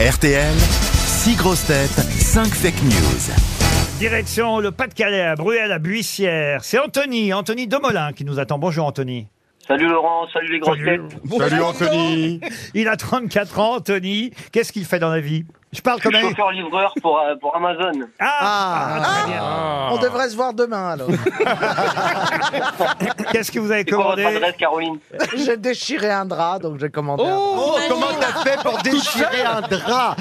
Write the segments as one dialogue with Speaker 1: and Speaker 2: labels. Speaker 1: RTL, 6 grosses têtes, 5 fake news.
Speaker 2: Direction le Pas-de-Calais, à Bruel, à Buissière. C'est Anthony, Anthony Demolin qui nous attend. Bonjour Anthony.
Speaker 3: Salut Laurent, salut les grosses têtes.
Speaker 2: Salut Anthony. Il a 34 ans, Anthony. Qu'est-ce qu'il fait dans la vie Je parle
Speaker 3: Je
Speaker 2: comme
Speaker 3: suis
Speaker 2: un...
Speaker 3: chauffeur livreur pour, euh, pour Amazon.
Speaker 2: Ah,
Speaker 4: On devrait se voir demain alors.
Speaker 2: Qu'est-ce que vous avez
Speaker 3: C'est quoi votre
Speaker 2: commandé
Speaker 3: adresse, Caroline
Speaker 4: j'ai déchiré un drap donc j'ai commandé. Oh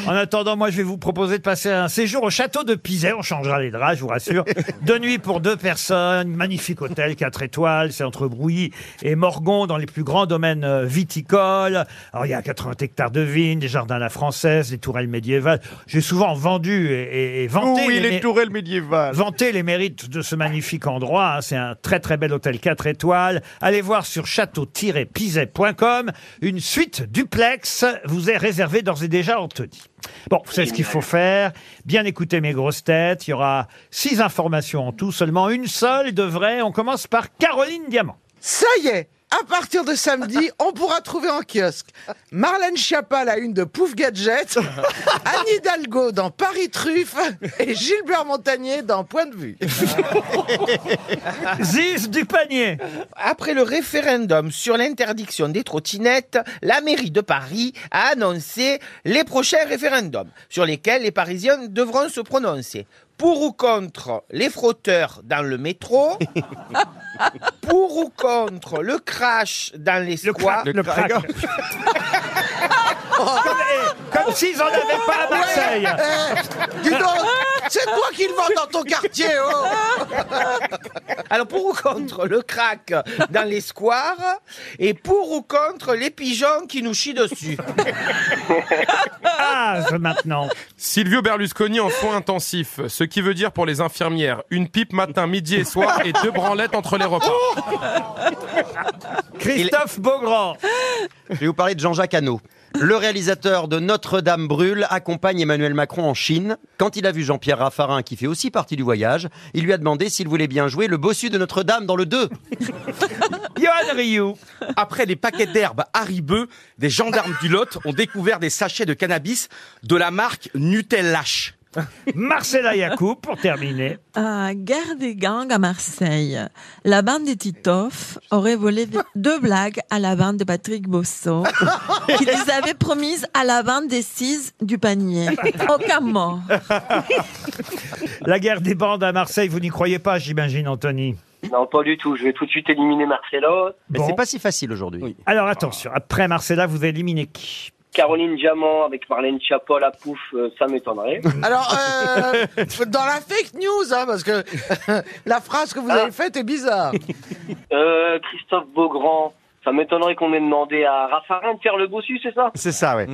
Speaker 2: En attendant, moi, je vais vous proposer de passer un séjour au château de Pizet. On changera les draps, je vous rassure. Deux nuits pour deux personnes. Magnifique hôtel, quatre étoiles. C'est entre Brouilly et Morgon, dans les plus grands domaines euh, viticoles. Alors, il y a 80 hectares de vignes, des jardins à la française, des tourelles médiévales. J'ai souvent vendu et, et- et
Speaker 5: Oh,
Speaker 2: vanté
Speaker 6: Oui,
Speaker 2: les
Speaker 6: les
Speaker 2: mé-
Speaker 6: tourelles médiévales.
Speaker 2: vanter les mérites de ce magnifique endroit. hein. C'est un très très bel hôtel 4 étoiles. Allez voir sur château-piset.com. Une suite duplex vous est réservée d'ores et déjà, Anthony. Bon, vous savez ce qu'il faut faire. Bien écouter mes grosses têtes. Il y aura six informations en tout, seulement une seule de vraie. On commence par Caroline Diamant.
Speaker 4: Ça y est, à partir de samedi, on pourra trouver en kiosque Marlène Schiappa la une de Pouf Gadget, Anne Hidalgo dans Paris Truffe et Gilbert Montagnier dans Point de vue.
Speaker 2: Ah. Ziz du panier.
Speaker 5: Après le référendum sur l'interdiction des trottinettes, la mairie de Paris a annoncé les prochains référendums sur lesquels les Parisiens devront se prononcer. Pour ou contre les frotteurs dans le métro Pour ou contre le crash dans les
Speaker 2: Le
Speaker 5: squats
Speaker 2: crack, le crack. Comme- eh, Comme s'ils en avaient pas à Marseille.
Speaker 4: Eh, dis donc, c'est toi qui le vends Ah, dans ton quartier, oh
Speaker 5: Alors pour ou contre le crack dans les squares Et pour ou contre les pigeons qui nous chient dessus
Speaker 2: Ave maintenant.
Speaker 7: Silvio Berlusconi en soins intensifs, ce qui veut dire pour les infirmières une pipe matin, midi et soir et deux branlettes entre les repas.
Speaker 2: Christophe Beaugrand.
Speaker 8: Je vais vous parler de Jean-Jacques Hano. Le réalisateur de Notre-Dame brûle accompagne Emmanuel Macron en Chine. Quand il a vu Jean-Pierre Raffarin, qui fait aussi partie du voyage, il lui a demandé s'il voulait bien jouer le bossu de Notre-Dame dans le 2.
Speaker 2: Johan Rioux.
Speaker 9: Après les paquets d'herbe Haribeux, des gendarmes du Lot ont découvert des sachets de cannabis de la marque Nutellache.
Speaker 2: Marcella Yacoub pour terminer.
Speaker 10: À Guerre des gangs à Marseille, la bande des Titoff aurait volé des- deux blagues à la bande de Patrick Bosso, qui les avait promises à la bande des six du panier. Aucun mort.
Speaker 2: La guerre des bandes à Marseille, vous n'y croyez pas, j'imagine, Anthony.
Speaker 3: Non, pas du tout. Je vais tout de suite éliminer Marcelo.
Speaker 8: Mais
Speaker 2: Bon.
Speaker 8: c'est pas si facile aujourd'hui.
Speaker 9: Oui.
Speaker 2: Alors attention, après Marcella, vous éliminez qui
Speaker 3: Caroline Diamant avec Marlène Chapol à pouf, euh, ça m'étonnerait.
Speaker 4: Alors, euh, dans la fake news, hein, parce que la phrase que vous
Speaker 5: Ah.
Speaker 4: avez faite est bizarre.
Speaker 3: Euh, Christophe Beaugrand, ça m'étonnerait qu'on ait demandé à Raffarin de faire le bossu, c'est ça
Speaker 8: C'est ça, ouais.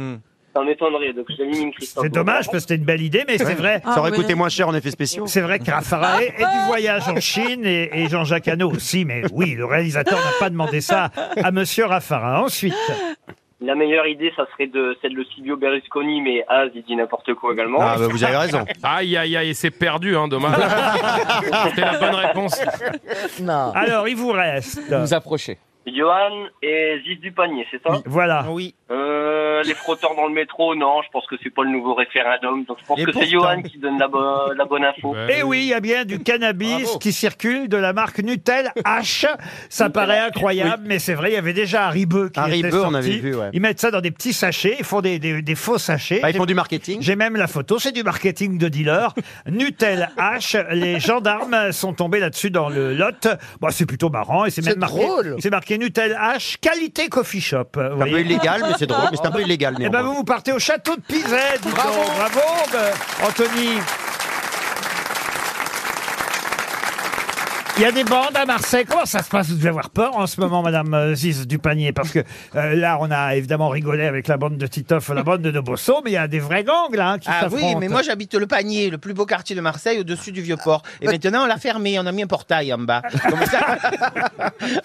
Speaker 3: Ça m'étonnerait, donc j'élimine Christophe
Speaker 2: C'est dommage parce que c'était une belle idée, mais c'est vrai.
Speaker 10: Ah
Speaker 8: Ça aurait
Speaker 10: oui.
Speaker 8: coûté moins cher en effets spéciaux.
Speaker 2: C'est vrai que Raffarin est, est du voyage en Chine et, et Jean-Jacques Hano aussi, mais oui, le réalisateur n'a pas demandé ça à Monsieur Raffarin. Ensuite,
Speaker 3: La meilleure idée, ça serait de celle de Silvio Berlusconi, mais Az, il dit n'importe quoi également.
Speaker 8: Ah, bah, vous avez raison.
Speaker 7: Aïe aïe aïe, c'est perdu, hein, dommage. C'était la bonne réponse.
Speaker 4: Non.
Speaker 2: alors il vous reste.
Speaker 9: Vous approchez.
Speaker 3: Johan et Ziz du panier, c'est ça
Speaker 8: Ah.
Speaker 2: Voilà.
Speaker 5: Oui.
Speaker 3: Euh, les frotteurs dans le métro, non, je pense que c'est pas le nouveau référendum. Donc je pense
Speaker 5: Et
Speaker 3: que c'est
Speaker 5: pourtant.
Speaker 3: Johan qui donne la, bo- la bonne info.
Speaker 7: Ouais.
Speaker 2: Et Eh oui, il y a bien du cannabis
Speaker 5: Bravo.
Speaker 2: qui circule de la marque Nutella H. Ça paraît incroyable, mais c'est vrai, il y avait déjà Haribeux qui
Speaker 8: Haribeux,
Speaker 2: était sorti.
Speaker 8: on avait vu, ouais.
Speaker 2: Ils mettent ça dans des petits sachets, ils font des, des- des faux sachets.
Speaker 8: Bah, ils font du marketing.
Speaker 2: J'ai même la photo, c'est du marketing de dealer. Nutella H, les gendarmes sont tombés là-dessus dans le lot. Bon, c'est plutôt marrant et c'est
Speaker 4: C'est
Speaker 2: même marqué.
Speaker 4: drôle.
Speaker 2: C'est marqué Nutella H, qualité coffee shop. vous
Speaker 8: C'est un peu
Speaker 2: voyez.
Speaker 8: illégal, mais c'est drôle, mais c'est un peu
Speaker 5: Ah,
Speaker 8: illégal
Speaker 2: Eh ben
Speaker 8: néanmoins.
Speaker 2: vous, vous partez au château de Pizet. dites donc. Bravo, ben, Anthony. Il y a des bandes à Marseille. Comment ça se passe Vous devez avoir peur en ce moment, Madame euh, Ziz du panier, parce que euh, là, on a évidemment rigolé avec la bande de Titoff, la bande de Debosso, mais il y a des vrais gangs là hein, qui
Speaker 5: Ah oui,
Speaker 2: s'affrontent.
Speaker 5: mais moi j'habite le panier, le plus beau quartier de Marseille, au-dessus du Vieux-Port. Et maintenant on l'a fermé, on a mis un portail en bas. Comme ça,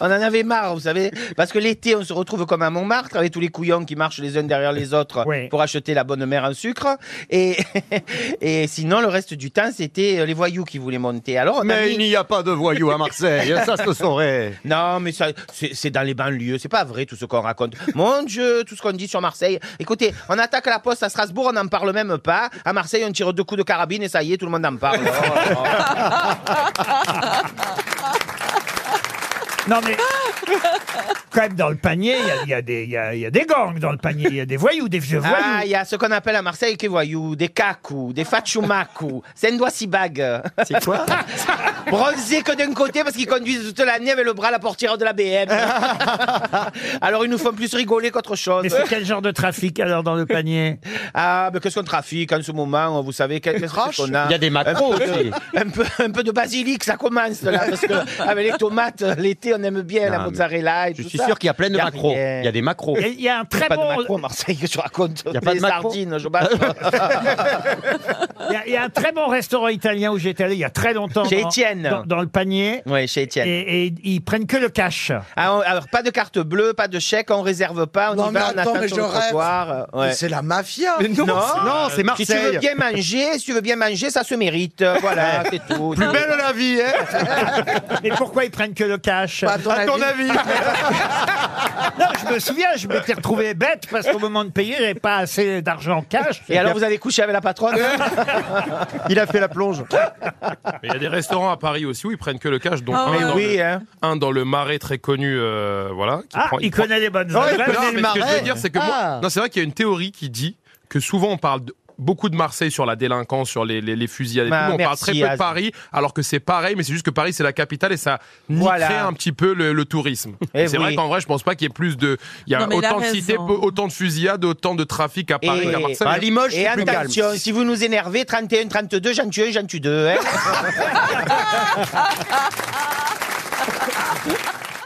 Speaker 5: on en avait marre, vous savez. Parce que l'été, on se retrouve comme à Montmartre, avec tous les couillons qui marchent les uns derrière les autres
Speaker 2: Oui.
Speaker 5: pour acheter la bonne mère en sucre. Et, et sinon, le reste du temps, c'était les euh, voyous qui voulaient monter. Alors on a
Speaker 8: Mais
Speaker 5: mis-
Speaker 8: il n'y a pas de voyous à Marseille, ça se saurait.
Speaker 5: Non, mais ça, c'est c'est dans les banlieues, c'est pas vrai tout ce qu'on raconte. Mon Dieu, tout ce qu'on dit sur Marseille. Écoutez, on attaque la poste à Strasbourg, on n'en parle même pas. À Marseille, on tire deux coups de carabine et ça y est, tout le monde en parle. Oh, oh.
Speaker 2: Non mais quand même dans le panier, il y a- il y, a des- il y a- il y a des gangs dans le panier, il y a des voyous, des vieux voyous.
Speaker 5: Ah, il y a ce qu'on appelle à Marseille les voyous, des kaku, des fachumaku, sendwasibag.
Speaker 8: C'est quoi
Speaker 5: Bronzés que d'un côté parce qu'ils conduisent toute l'année avec le bras à la portière de la BM. Alors ils nous font plus rigoler qu'autre chose.
Speaker 2: mais c'est quel genre de trafic alors dans le panier
Speaker 5: Ah, mais qu'est-ce qu'on trafique en ce moment Vous savez, qu'est- qu'est-ce
Speaker 4: Roche
Speaker 5: qu'on a
Speaker 8: Il y a des macros Ah, aussi.
Speaker 5: un peu, un peu de basilic, ça commence là, parce que avec les tomates, l'été, on aime bien la
Speaker 8: Non, mais
Speaker 5: mozzarella et
Speaker 8: Je
Speaker 5: tout
Speaker 8: suis
Speaker 5: ça.
Speaker 8: sûr qu'il y a plein de
Speaker 5: Y a
Speaker 8: macros.
Speaker 5: rien.
Speaker 8: Il y a des macros.
Speaker 2: Il y a- il y, a un
Speaker 5: Il y a
Speaker 2: très
Speaker 5: pas de
Speaker 2: bon,
Speaker 5: macro à Marseille que tu racontes.
Speaker 8: a pas de
Speaker 5: Des
Speaker 8: macro
Speaker 5: sardines, je bats.
Speaker 2: il y a- il y a un très bon restaurant italien où j'étais allé il y a très longtemps.
Speaker 5: Chez
Speaker 2: dans-
Speaker 5: Étienne.
Speaker 2: Dans, dans le panier.
Speaker 5: Oui, chez Étienne.
Speaker 2: Et, et ils prennent que le cash.
Speaker 5: Ah, on- alors, pas de carte bleue, pas de chèque, on réserve pas, on
Speaker 4: Non,
Speaker 5: y
Speaker 4: mais
Speaker 5: va, on
Speaker 4: attends,
Speaker 5: attend
Speaker 4: mais
Speaker 5: sur
Speaker 4: je
Speaker 5: le
Speaker 4: rêve.
Speaker 5: trottoir. euh, ouais.
Speaker 4: Mais C'est la mafia.
Speaker 5: non,
Speaker 8: non, c'est
Speaker 5: Si tu veux
Speaker 8: Marseille.
Speaker 5: bien manger, si tu veux bien manger, ça se mérite. Voilà, c'est tout.
Speaker 8: Plus belle la vie, hein
Speaker 2: Mais pourquoi ils prennent que le cash
Speaker 4: Pas à ton
Speaker 8: À
Speaker 4: avis.
Speaker 8: ton avis.
Speaker 2: Non, je me souviens, je m'étais retrouvé bête parce qu'au moment de payer, j'avais pas assez d'argent en cash.
Speaker 5: Et alors, vous avez couché avec la patronne
Speaker 8: Il a fait la plonge.
Speaker 7: Mais Il y a des restaurants à Paris aussi où ils prennent que le cash, dont
Speaker 10: Ah
Speaker 7: un,
Speaker 10: ouais.
Speaker 7: dans
Speaker 5: Oui,
Speaker 7: le,
Speaker 5: hein.
Speaker 7: un dans le Marais très connu, euh, voilà. qui
Speaker 2: Ah,
Speaker 7: prend-
Speaker 2: il
Speaker 7: prend-
Speaker 2: connaît les bonnes
Speaker 8: Non, il
Speaker 2: adresses.
Speaker 8: connaît-
Speaker 7: Non,
Speaker 8: le
Speaker 7: mais ce que je
Speaker 8: Marais.
Speaker 7: veux dire, c'est que
Speaker 8: Ah.
Speaker 7: moi, non, c'est vrai qu'il y a une théorie qui dit que souvent on parle de- beaucoup de Marseille sur la délinquance, sur les, les, les fusillades et
Speaker 5: Bah,
Speaker 7: tout, mais on parle
Speaker 5: merci,
Speaker 7: très peu de
Speaker 5: Az.
Speaker 7: Paris, alors que c'est pareil, mais c'est juste que Paris c'est la capitale et ça niquerait
Speaker 5: Voilà.
Speaker 7: un petit peu le, le tourisme.
Speaker 5: Eh
Speaker 7: Et c'est vrai
Speaker 5: oui.
Speaker 7: qu'en vrai, je pense pas qu'il y ait plus de, il y a
Speaker 10: Non, mais il a
Speaker 7: autant de cités,
Speaker 10: raison.
Speaker 7: peu- autant de fusillades, autant de trafic à Paris
Speaker 5: Et-
Speaker 7: qu'à Marseille. hein.
Speaker 8: À Limoges,
Speaker 5: Et
Speaker 8: c'est plus calme.
Speaker 5: attention, si vous nous énervez, 31, 32, j'en tue un, j'en tue deux. hein.